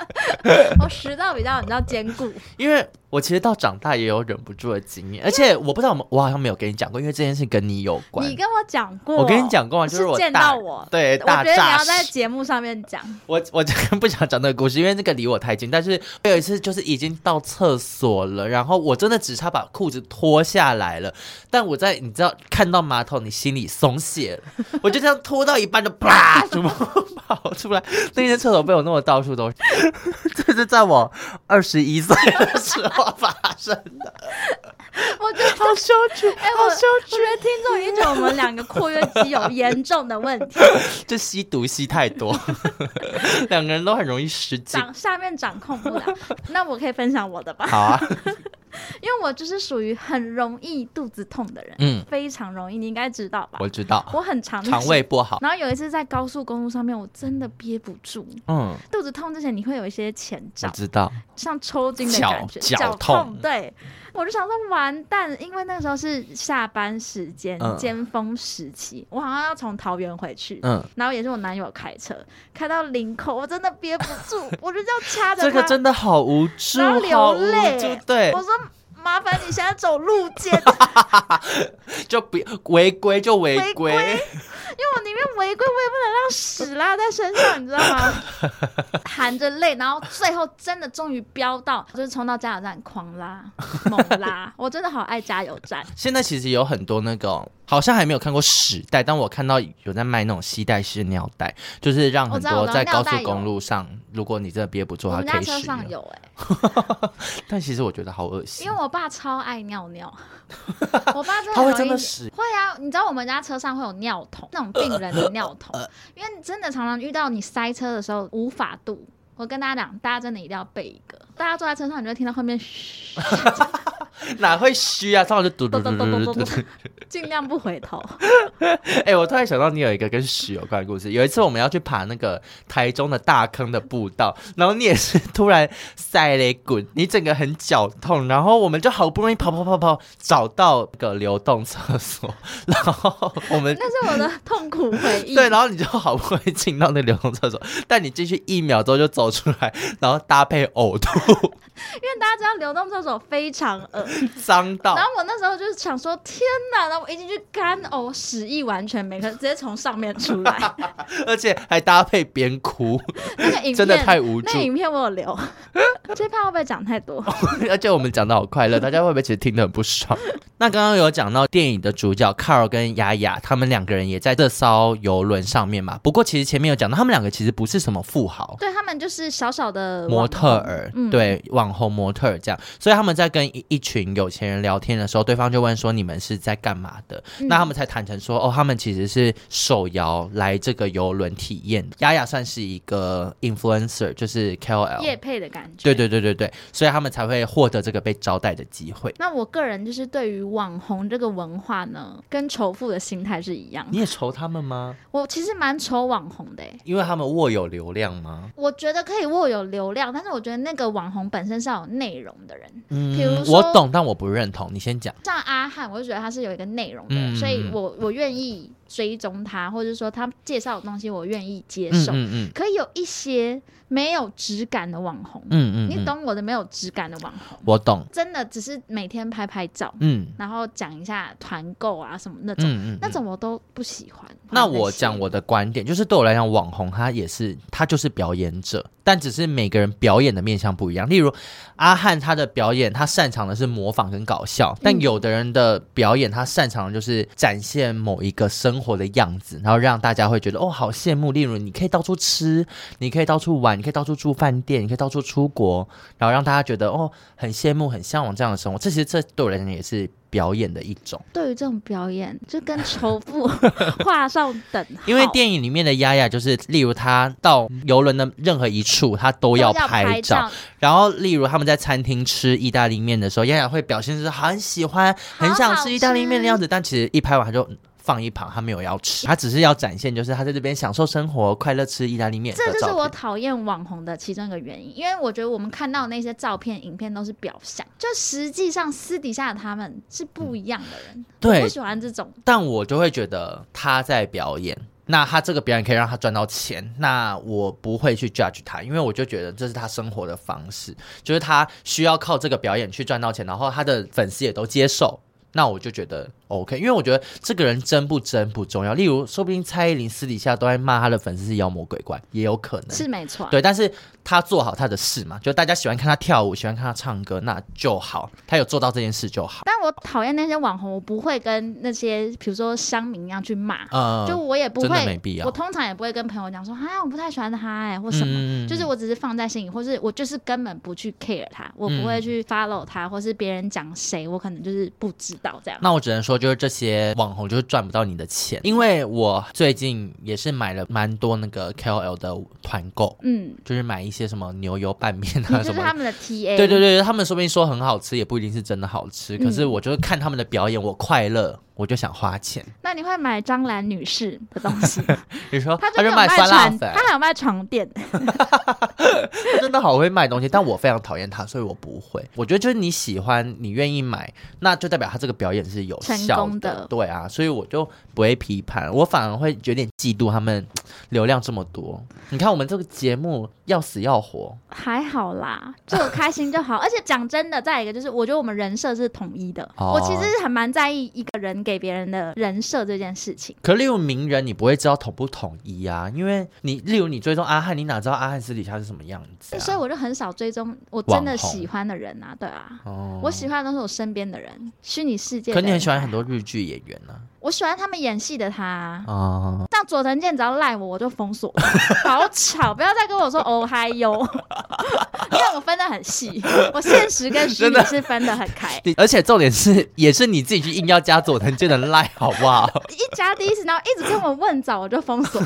我食道比较你知道坚 固，
因为我其实到长大也有忍不住的经验，而且我不知道我们我好像没有跟你讲过，因为这件事跟你有关
你。跟我讲过，
我跟你讲过啊，就是
是
我
见
大
到我，
对
我觉
大
得你
炸
要在
屎，
节目上面 讲，
我我真的不想讲那个故事，因为那个离我太近。但是我有一次就是已经到厕所了，然后我真的只差把裤子脱下来了，但我在你知道看到马桶，你心里松懈了，我就这样脱到一半就啪，怎么跑出来？那间厕所被我弄得到处都是，这是在我二十一岁的时候发生的。
我觉得
好羞耻，
哎、我我觉得听众已经觉得我们两个括约肌有严重的问 题，
就吸毒吸太多，两个人都很容易失禁。
掌下面掌控不了。那我可以分享我的吧，
好啊，
因为我就是属于很容易肚子痛的人，
嗯，
非常容易，你应该知道吧？
我知道，
我很常
肠。胃不好，
然后有一次在高速公路上面，我真的憋不住，
嗯，
肚子痛之前你会有一些前
我
兆，
知道，
像抽筋的感觉，
绞绞
痛
痛
对，我就想说完蛋，因为那时候是下班时间、
嗯
尖峰时期，我好像要从桃园回去。
嗯，
然后也是我男友开车，开到林口，我真的憋不 住，我就这样掐着他。
这个真的欸好无助，
然后流
好无
泪
助，对
我，说麻烦你现在走路肩，因
就不违规就违
违
规，
为我宁愿违规，我也不能让屎拉在身上，你知道吗？含着泪，然后最后真的终于飙到，就是冲到加油站狂拉猛 拉，我真的好爱加油站。
现在其实有很多那种，好像还没有看过屎袋，但我看到有在卖那种吸带式尿袋，就是让很
我知道
多
我知道
在高
尿
速
袋有
公路上，如果你真的憋不住，
我
它
们家
啊可以
车
使
上
用。
有哎、
但其实我觉得好恶心
因为，我爸超爱尿 尿，我爸真的
它会
很
真
容
的
易
屎
会啊，你知道我们家车上会有尿桶，那种病人的尿 桶，因为真的常常遇到你塞车的时候无法度。我跟大家讲，大家真的一定要备一个。大家坐在车上，你就会听到后面嘘，
哪会虚啊？上来就嘟嘟
咚
嘟
咚
嘟
咚
嘟
咚
嘟
咚
嘟
咚。，尽量不回头。
哎、我突然想到，你有一个跟屎有关的故事。有一次我们要去爬那个台中的大坑的步道，然后你也是 突然塞雷滚，你整个很绞痛，然后我们就好不容易跑跑跑跑找到那个流动厕所，然后我们。
那是我的痛苦回忆。
对，然后你就好不容易进到那流动厕所，但你进去一秒钟就走出来，然后搭配呕吐，
因 为大家知道流动厕所非常恶
脏到
然后我那时候就是想说，天哪！然后我一进去干呕，屎意完全没，可直接从上面出来。
而且还搭配边哭，
那个影片
真的太无
那
助
个。影片我有留，这怕会不会讲太多？
而且我们讲的好快乐，大家会不会其实听得很不爽？ 那刚刚有讲到电影的主角 Carl 跟雅雅，他们两个人也在这艘游轮上面嘛。不过其实前面有讲到，他们两个其实不是什么富豪。
对他们就是小小的
模
呃网
特
红
儿，
嗯
对网红模特儿这样，所以他们在跟一一群有钱人聊天的时候，对方就问说你们是在干嘛的？
嗯
那他们才坦诚说，哦，他们其实是手摇来这个游轮体验的。雅雅算是一个 influencer，就是 KOL，
叶配的感觉。
对。对对对对，所以他们才会获得这个被招待的机会。
那我个人就是对于网红这个文化呢，跟仇富的心态是一样。
你也愁他们吗？
我其实蛮仇网红的、欸，
因为他们握有流量吗？
我觉得可以握有流量，但是我觉得那个网红本身是要有内容的人，
嗯
比如说
我懂，但我不认同。你先讲，
像阿汉，我就觉得他是有一个内容的
嗯
人，所以我我愿意追踪他，或者说他介绍的东西我愿意接受。
嗯嗯
可以有一些没有质感的网红，
嗯嗯，
你
嗯，
懂我的没有质感的网红，
我懂，
真的只是每天拍拍照，
嗯
然后讲一下团购啊什么那种，
嗯嗯，
那
嗯。
种我都不喜欢。
那
些
我讲我的观点，就是对我来讲，网红他也是他就是表演者，但只是每个人表演的面向不一样。例如阿汉他的表演，他擅长的是模仿跟搞笑，但有的人的表演他擅长的就是展现某一个生生活的样子，然后让大家会觉得哦，好羡慕。例如，你可以到处吃，你可以到处玩，你可以到处住饭店，你可以到处出国，然后让大家觉得哦，很羡慕、很向往这样的生活。这其实这对我来讲也是表演的一种，
对于这种表演，就跟仇 富画上等号，
因为电影里面的丫丫就是，例如她到游轮的任何一处，她都
都
要
要
拍照。
照，
然后，例如他们在餐厅吃意大利面的时候，雅雅会表现出很喜欢、很想吃意大利面的样子，但其实一拍完她就嗯放一旁，她没有要吃，她只是要展现就是她在这边享受生活、快乐吃意大利面的
这就是
照
我
片。
讨厌网红的其中一个原因，因为我觉得我们看到的那些照片、影片都是表象，就实际上私底下的他们是不一样的人。我
嗯对
不，喜欢这种，
但我就会觉得她在表演。那她这个表演可以让她赚到钱，那我不会去 judge 她，因为我就觉得这是她生活的方式，就是她需要靠这个表演去赚到钱，然后她的粉丝也都接受，那我就觉得 OK，因为我觉得这个人真不真不重要。例如，说不定蔡依林私底下都在骂她的粉丝是妖魔鬼怪，也有可能。
是没错啊。
对，但是她做好她的事嘛，就大家喜欢看她跳舞，喜欢看她唱歌，那就好，她有做到这件事就好。
但我讨厌那些网红，我不会跟那些比如说乡民一样去骂，
嗯，
就我也不
真的
会
没必要
我。通常也不会跟朋友讲说，哈，我不太喜欢他哎、或什么。
嗯
就是我只是放在心里，或是我就是根本不去 care 他，我不
嗯
会去 follow 他，或是别人讲谁，我可能就是不知道这样。
那我只能说，就是这些网红就是赚不到你的钱，因为我最近也是买了蛮多那个 KOL 的团购，
嗯，
就是买一些什么牛油拌面
你
啊
就
什
是
么
他
的。
们的 TA，
对对对，他们说不定说很好吃，也不一定是真的好吃。可是
嗯
我就是看他们的表演，我快乐，我就想花钱。
那你会买张兰女士的东 西吗？
你说
她
他
真的
就
有
卖
卖
酸辣
床，
粉，
她还有卖床垫。
他真的好会卖东西，但我非常讨厌他，所以我不会。我觉得就是你喜欢，你愿意买，那就代表他这个表演是有
成
效
功的
对啊，所以我就不会批判，我反而会有点嫉妒他们流量这么多。你看我们这个节目要死要活，
还好啦，就我开心 就好。而且讲真的，再一个就是，我觉得我们人设是统一的。
哦
我其实还蛮在意一个人给别人的人设这件事情。
可例如名人，你不会知道统不统一啊，因为你例如你追踪阿汉，你哪知道阿汉私底下是什么样子、啊？
所以我就很少追踪我真的
网红
喜欢的人啊，对啊，
哦
我喜欢的都是我身边的人，虚拟世界。
可你很喜欢很，多日剧演员呢
我喜欢他们演戏的他啊。
啊。哦
那佐藤健只要赖我，我就封锁，好吵！不要再跟我说哦嗨哟， 因为我分得很细，我现实跟虚
真
拟
的
是分得很开。
你而且重点是，也是你自己去硬要加佐藤健的 line，好不好？
一加第一次，然后一直跟我问早，我就封锁。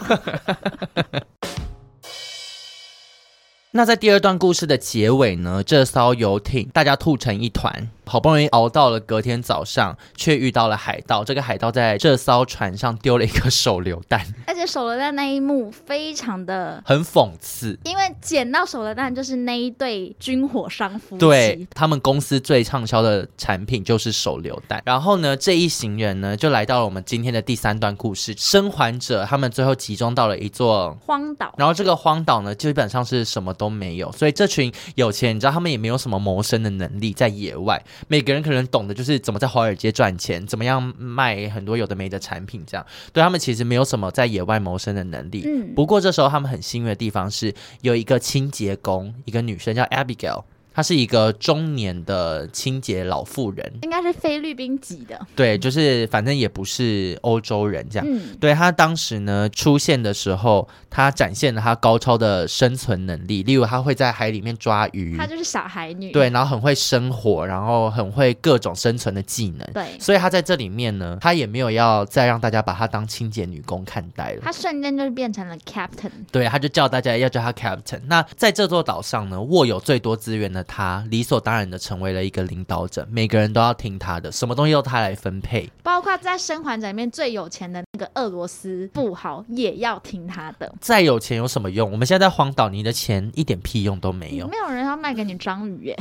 那在第二段故事的结尾呢，这艘游艇大家吐成一团，好不容易熬到了隔天早上，却遇到了海盗。这个海盗在这艘船上丢了一个手榴弹，
而且手榴弹那一幕非常的，
很讽刺。
因为捡到手榴弹就是那一对军火商夫妻，
对他们公司最畅销的产品就是手榴弹。然后呢，这一行人呢就来到了我们今天的第三段故事。生还者他们最后集中到了一座
荒岛。
然后这个荒岛呢，基本上是什么都没有，所以这群有钱人，你知道他们也没有什么谋生的能力，在野外，每个人可能懂的就是怎么在华尔街赚钱，怎么样卖很多有的没的产品，这样对他们其实没有什么在野外谋生的能力。
嗯，
不过这时候他们很幸运的地方是，有一个清洁工，一个女生叫 Abigail，她是一个中年的清洁老妇人，
应该是菲律宾籍的。
对，就是反正也不是欧洲人这样。
嗯，
对啊他当时呢出现的时候，他展现了他高超的生存能力，例如他会在海里面抓鱼
她，就是小孩女。
嗯对，然后很会生火，然后很会各种生存的技能。
对，
所以他在这里面呢，他也没有要再让大家把他当清洁女工看待了。
她瞬间就变成了 captain。
对，他就叫大家要叫他 captain。那在这座岛上呢，握有最多资源的他，理所当然的成为了一个领导者，每个人都要听他的，什么东西由他来分配。
包括在《生还者》里面最有钱的那个俄罗斯富豪也要听她的，
再有钱有什么用？我们现在在荒岛，你的钱一点屁用都没有。
没有人要卖给你章鱼耶。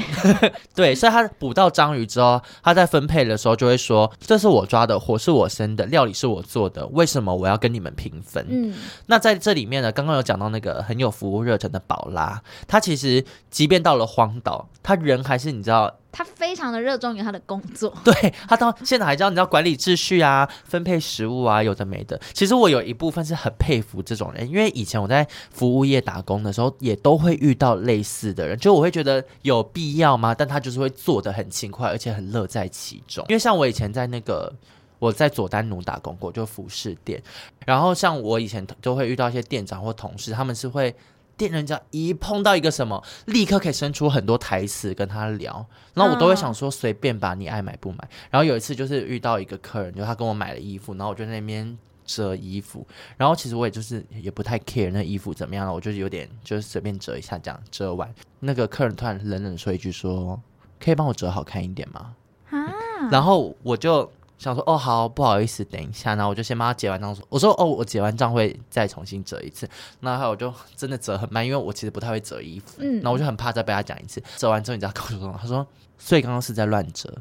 对，所以他捕到章鱼之后，他在分配的时候就会说：“这是我抓的，火是我生的，料理是我做的，为什么我要跟你们平分？”
嗯，
那在这里面呢，刚刚有讲到那个很有服务热忱的宝拉，他其实即便到了荒岛，他人还是你知道。
她非常的热衷于她的工作。
对他到现在还知道你知道管理秩序啊、分配食物啊，有的没的。其实我有一部分是很佩服这种人，因为以前我在服务业打工的时候，也都会遇到类似的人，就我会觉得有必要吗？但他就是会做的很勤快，而且很乐在其中。因为像我以前在那个。我在佐丹奴打工过，就服饰店。然后像我以前都会遇到一些店长或同事，他们是会。店人家一碰到一个什么，立刻可以生出很多台词跟他聊，然后我都会想说随便吧，你爱买不买。然后有一次就是遇到一个客人，就他跟我买了衣服，然后我就在那边折衣服，然后其实我也就是也不太 care 那衣服怎么样了，我就有点就是随便折一下这样，折完那个客人突然冷冷说一句说，可以帮我折好看一点吗？嗯
啊，
然后我就想说，哦，好，不好意思，等一下，然后我就先帮他结完账。我说，哦，我结完账会再重新折一次。然后我就真的折很慢，因为我其实不太会折衣服，
嗯
然后我就很怕再被他讲一次。折完之后，你知道他跟我说什么？他说，所以刚刚是在乱折，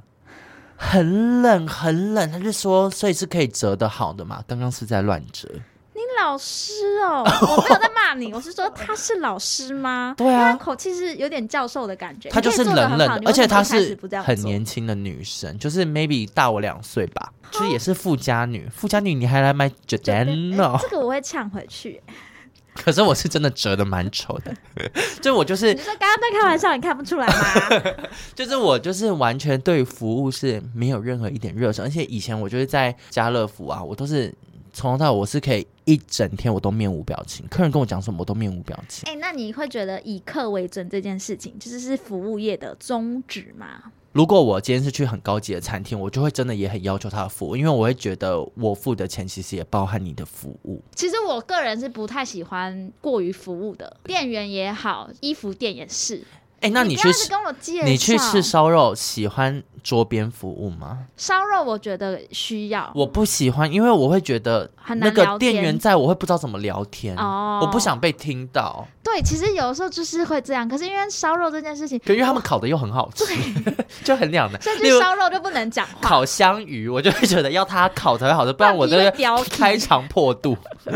很冷很冷。他就说，所以是可以折的好的嘛，刚刚是在乱折。
你老师 哦，我没有在骂你，我是说他是老师吗？
对
他
啊。
口气是有点教授的感觉，
她就是
你可以做得
冷
很
冷
好
的，而且
你
她
为什么一开始
是
不这样
很
做
年轻的女生，就是 maybe 大我两岁吧，就是也
哦
是富家女。富家女你还来买 j o d a n o
这个我会呛回去。
嗯可是我是真的折的蛮丑的，就我就是
你说刚刚在开玩笑，你看不出来吗？
就是我就是完全对服务是没有任何一点热忱，而且以前我就是在家乐福啊，我都是从头到尾我是可以一整天我都面无表情，客人跟我讲什么我都面无表情。
哎、那你会觉得以客为尊这件事情，就是是服务业的宗旨吗？
如果我今天是去很高级的餐厅，我就会真的也很要求他的服务，因为我会觉得我付的钱其实也包含你的服务。
其实我个人是不太喜欢过于服务的，店员也好，衣服店也是。
哎，那你
不
去
要
吃
是跟我介绍，
你去吃烧肉喜欢桌边服务吗？
烧肉，我觉得需要。
我不喜欢，因为我会觉得
很
那
难
个
聊
店
天
员在我会不知道怎么聊天，
哦
我不想被听到。
对，其实有的时候就是会这样，可是因为烧肉这件事情，
可因为他们烤的又很好吃，就很两 难。
甚
例
至
如
烧肉就不能讲话。
烤香鱼，我就会觉得要它烤才会好吃，不然我这
不然
个
皮会掉皮
开肠破肚，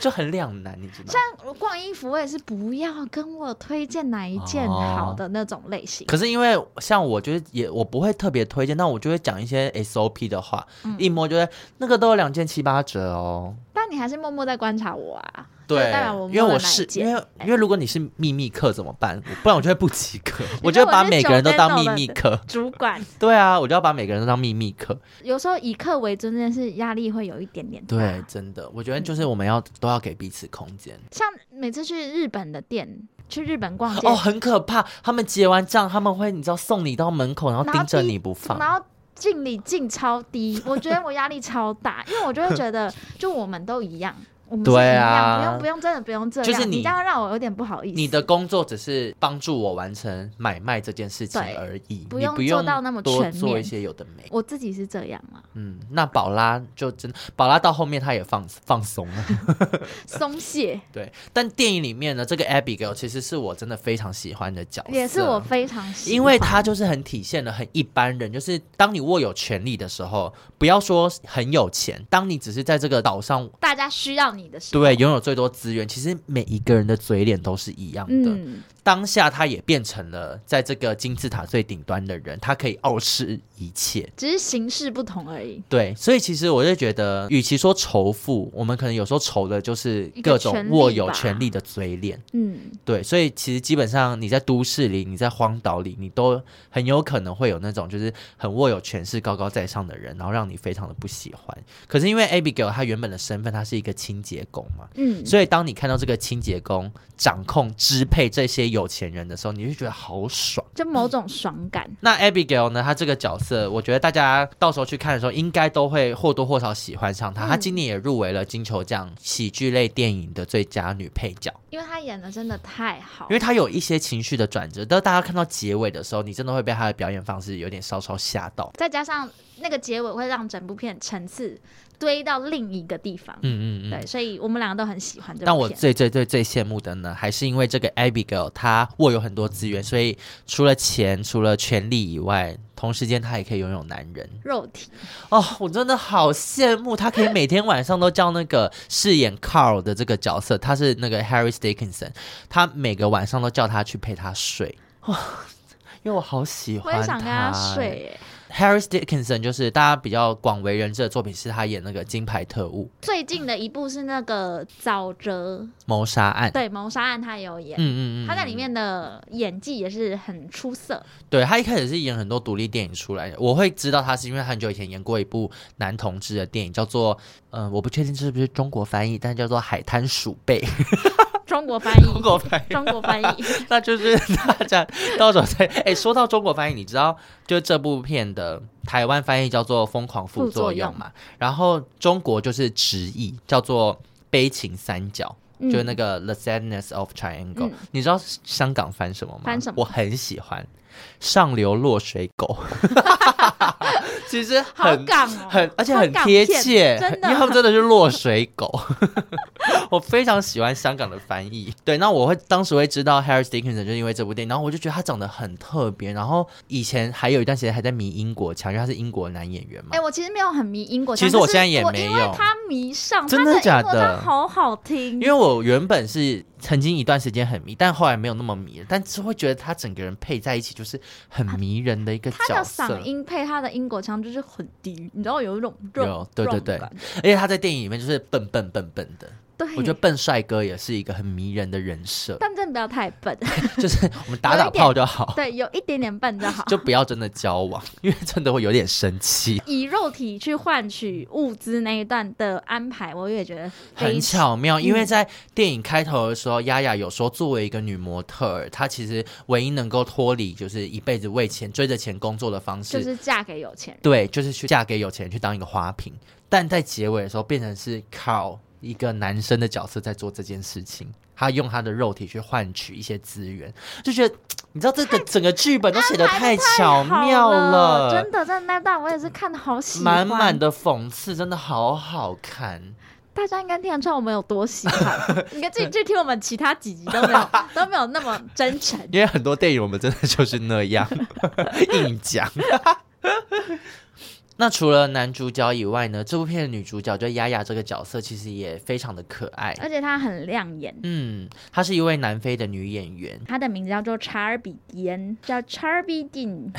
就很两难，你知道吗？
像逛衣服，我也是不要跟我推荐哪一件好的那种类型。
哦可是因为像我就是也我不会特别推荐，但我就会讲一些 SOP 的话，
嗯
一摸就会那个都有两件七八折哦。
但你还是默默在观察我啊。
对
就代表我，
因为
摸
我
了哪一
是因
件哎
为因为如果你是秘密课怎么办？不然我就会不及格，我
你知
就
道
会把
我是
每个人都
九
当
分
秘
懂
密
的
课。
主管
对啊，我就要把每个人都当秘密课。
有时候以客为尊，真的是压力会有一点点大。
对，真的，我觉得就是我们要都要给彼此空间。
像每次去日本的店，去日本逛街，
哦，很可怕！他们结完账，他们会你知道送你到门口，然后
然后
盯着
逼
你不放。
然后敬礼敬超低，我觉得我压力超大，因为我就会觉 得，就我们都一样，我们是一
对
样，
啊
不用不用，真的不用这样，
就是你
你这样让我有点不好意思。
你的工作只是帮助我完成买卖这件事情
对
而已，
不
你
用
不
做
用
到那么
多
全
做一
面
些有的没。
我自己是这样啊，
嗯，那宝拉就真，宝拉到后面她也放放松了。
松懈
对，但电影里面呢，这个 Abigail 其实是我真的非常喜欢的角色，
也是我非常喜欢，
哦啊因为他就是很体现了很一般人，就是当你握有权力的时候，不要说很有钱，当你只是在这个岛上
大家需要你的时候，
对拥有最多资源，其实每一个人的嘴脸都是一样的。
嗯，
当下他也变成了在这个金字塔最顶端的人，他可以傲视一切。
只是形式不同而已。
对，所以其实我就觉得，与其说仇富，我们可能有时候仇的就是
一个
各种
权力
握有
吧
权力的嘴脸。
嗯，
对，所以其实基本上你在都市里，你在荒岛里，你都很有可能会有那种就是很握有权势、高高在上的人，然后让你非常的不喜欢。可是因为 Abigail 她原本的身份，她是一个清洁工嘛，
嗯
所以当你看到这个清洁工掌控、支配这些有钱人的时候，你就觉得好爽。
就某种爽感。
那 Abigail 呢？她这个角色，我觉得大家到时候去看的时候，应该都会或多或少喜欢上她。她今年也入围了金球奖喜剧类电影的最佳女配角。
因为他演的真的太好
因，为他有一些情绪的转折，但大家看到结尾的时候，你真的会被他的表演方式有点稍稍吓到。
再加上那个结尾会让整部片层次堆到另一个地方。
嗯嗯嗯。
对，所以我们两个都很喜欢这
但
部
我
片。
最最最最羡慕的呢，还是因为这个 Abigail 她握有很多资源，所以除了钱、除了权力以外，同时间她也可以拥有男人
肉体
哦。我真的好羡慕，她可以每天晚上都叫那个饰演 Carl 的这个角色，他是那个 Harry Dickinson，他每个晚哦上都叫他去陪他睡。哇，因为我好喜
我
欢
也想跟他
欸
睡、欸，
Harris Dickinson 就是大家比较广为人知的作品，是他演那个《金牌特务
最近的一部是那个沼泽，
谋杀案》。
对谋杀案他也有演，
嗯嗯嗯嗯，
他在里面的演技也是很出 色。
对他一开始是演很多独立电影出来的，我会知道他是因为很久以前演过一部男同志的电影，叫做嗯、呃我不确定这是不是中国翻译，但叫做《海滩鼠辈》。
中国翻译，
中国翻译，
中国翻译，
那就是 大家到时候再哎、说到中国翻译，你知道就这部片的台湾翻译叫做《疯狂副作用》嘛，然后中国就是直译叫做《悲情三角》。
嗯
就是那个《The Sadness of Triangle》
嗯
你知道香港翻什么吗？
翻什么
我很喜欢《上流落水狗》， 其实
好
很
港哦，
很，而且
好
很
港
贴
片
切，
真的
因为他们真的是落水狗。 我非常喜欢香港的翻译。对，那我会当时会知道 Harris Dickinson 就是因为这部电影，然后我就觉得他长得很特别。然后以前还有一段时间还在迷英国腔，因为他是英国男演员嘛。
哎、我其实没有很迷英国
其
腔，
实我
可是
现在也
我
没
因为
有
他迷上，
真的
他
假
英国
的
腔好好听
因。为我原本是曾经一段时间很迷，但后来没有那么迷了，但是会觉得他整个人配在一起就是很迷人的一个
他的
角色。
嗓音配他的英国腔就是很低，你知道有一种肉
有，对对对，而且他在电影里面就是笨笨笨笨的，
对，
我觉得笨帅哥也是一个很迷人的人设。
但真的不要太笨，
就是我们打打炮就好，
对，有一点点笨就好。
就不要真的交往，因为真的会有点 生气。
以肉体去换取物资那一段的安排，我也觉得非常。
很巧妙，
嗯
因为在电影开头的时候，丫丫有说，作为一个女模特儿，她其实唯一能够脱离就是一辈子为钱追着钱工作的方式，
就是嫁给有钱人，
对，就是去嫁给有钱人，去当一个花瓶。但在结尾的时候，变成是靠一个男生的角色在做这件事情，他用他的肉体去换取一些资源，就觉得你知道这个整个剧本都写的太巧妙
好
了，
真的在那段我也是看的好喜
满
欢，
满的讽刺，真的好好看。
大家应该听得出来我们有多喜 欢。你看自己去听我们其他几集都没有都没有那么真诚。
因为很多电影我们真的就是那样 硬讲。 那除了男主角以外呢，这部片的女主角就丫丫这个角色其实也非常的可爱。
而且他很亮眼。
嗯，她是一位南非的女演员，
他的名字叫做查尔比迪恩，叫查尔比丁。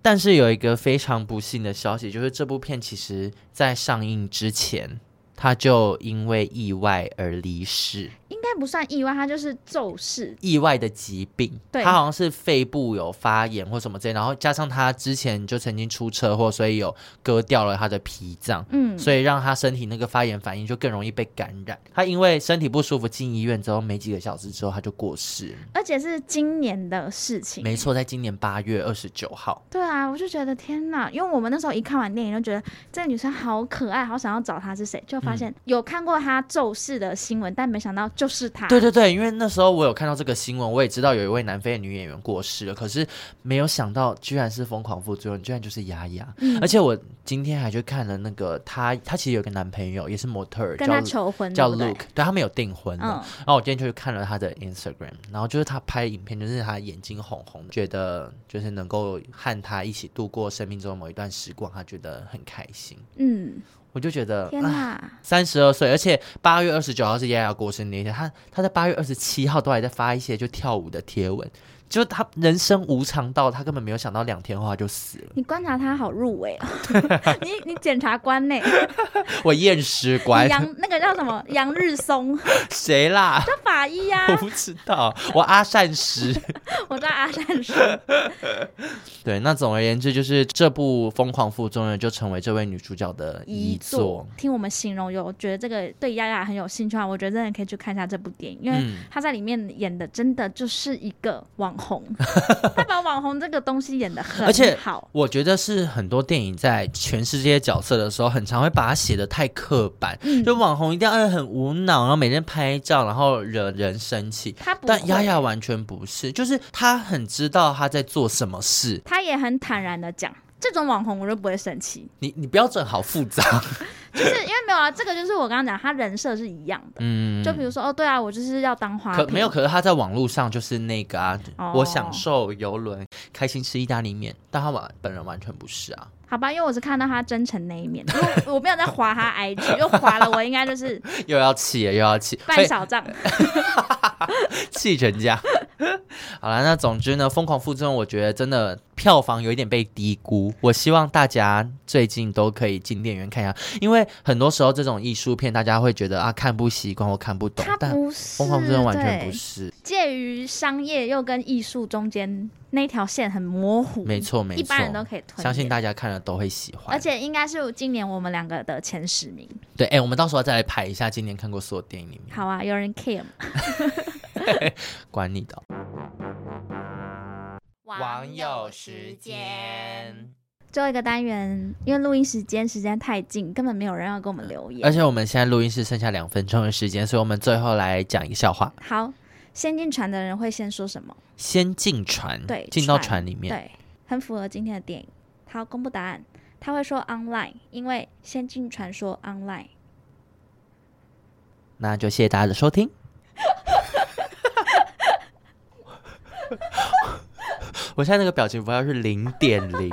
但是有一个非常不幸的消息，就是这部片其实在上映之前，她就因为意外而离世，
应该不算意外，他就是骤逝。
意外的疾病，
对
她好像是肺部有发炎或什么之类，然后加上她之前就曾经出车祸，所以有割掉了她的脾脏。
嗯，
所以让她身体那个发炎反应就更容易被感染。她因为身体不舒服进医院之后，没几个小时之后她就过世了。
而且是今年的事情。
没错，在今年八月二十九号。
对啊，我就觉得天哪！因为我们那时候一看完电影就觉得这个女生好可爱，好想要找她是谁，就发
嗯
现有看过她骤逝的新闻，但没想到就是她。
对对对，因为那时候我有看到这个新闻，我也知道有一位南非的女演员过世了，可是没有想到居然是《疯狂副作用》，居然就是丫丫。
嗯
而且我今天还去看了那个她，她其实有个男朋友，也是模特儿，
跟
叫
她求婚，
叫
对不对
Luke，对他们有订婚了。
嗯，
然后我今天就去看了她的 Instagram，然后就是她拍影片，就是她眼睛红红的，觉得就是能够和她一起度过生命中的某一段时光，她觉得很开心。
嗯，
我就觉得，
天哪！
三十二岁，而且八月二十九号是丫丫过生日那一天，她她在八月二十七号都还在发一些就跳舞的贴文，就她人生无常到她根本没有想到两天后她就死 了，
你观察她好入 围哦，你你检察官呢？
我验尸官
你杨那个叫什么杨日松，
谁啦？
叫法医 呀、
我不知道，我阿善 师。
我在阿善说，
对，那总而言之，就是这部《疯狂副作用》就成为这位女主角的遗作。。
听我们形容，有觉得这个对丫丫很有兴趣的话，我觉得真的可以去看一下这部电影，因为
嗯，
她在里面演的真的就是一个网 红，她把网红这个东西演的很
而且
好。
我觉得是很多电影在诠释这些角色的时候，很常会把它写的太刻板，
嗯
就网红一定要很无脑，然后每天拍照，然后惹人生气。
她不
但
会，
丫丫完全不是，就是她很知道她在做什么事。
她也很坦然的讲，这种网红我就不会生气，
你你标准好复杂，
就是因为没有啊，这个就是我刚刚讲，她人设是一样的。
嗯，
就比如说，哦，对啊，我就是要当花
可
瓶
没有，可是她在网络上就是那个啊，
哦
我享受游轮，开心吃意大利面，但她完本人完全不是啊，
好吧，因为我是看到她真诚那一面，因为我没有在划她 IG，又划了，我应该就是
又要气了又要气，
半
被
小账。
气成这样。 好了，那总之呢，《疯狂附赠》我觉得真的票房有一点被低估。我希望大家最近都可以进电影院看一下，因为很多时候这种艺术片，大家会觉得啊看不习惯或看不懂
它，
但《
不是，
疯狂附赠》完全不
对
是。
介于商业又跟艺术中间那条线很模糊，
没错，没
一
错
般，人都可以推，
相信。大家看了都会喜欢。
而且应该是今年我们两个的前十名。
对，哎、我们到时候再来排一下今年看过所有电影里面，
好啊，有人 care 吗？
管你的。网友时间。
最后一个单元，因为录音时间时间太近，根本没有人要跟我们留言。
而且我们现在录音是剩下两分钟的时间，所以我们最后来讲一个笑话。
好，先进船的人会先说什么？
先进船，
对
嗯进到
船
船里面。
对，很符合今天的电影。好，公布答案，他会说 online，因为先进传说 online。
那就谢谢大家的 收听。我现在那个表情 符号是零点零，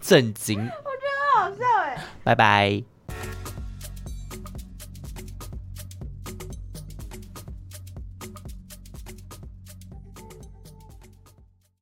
震惊，我觉得很好笑哎。拜拜。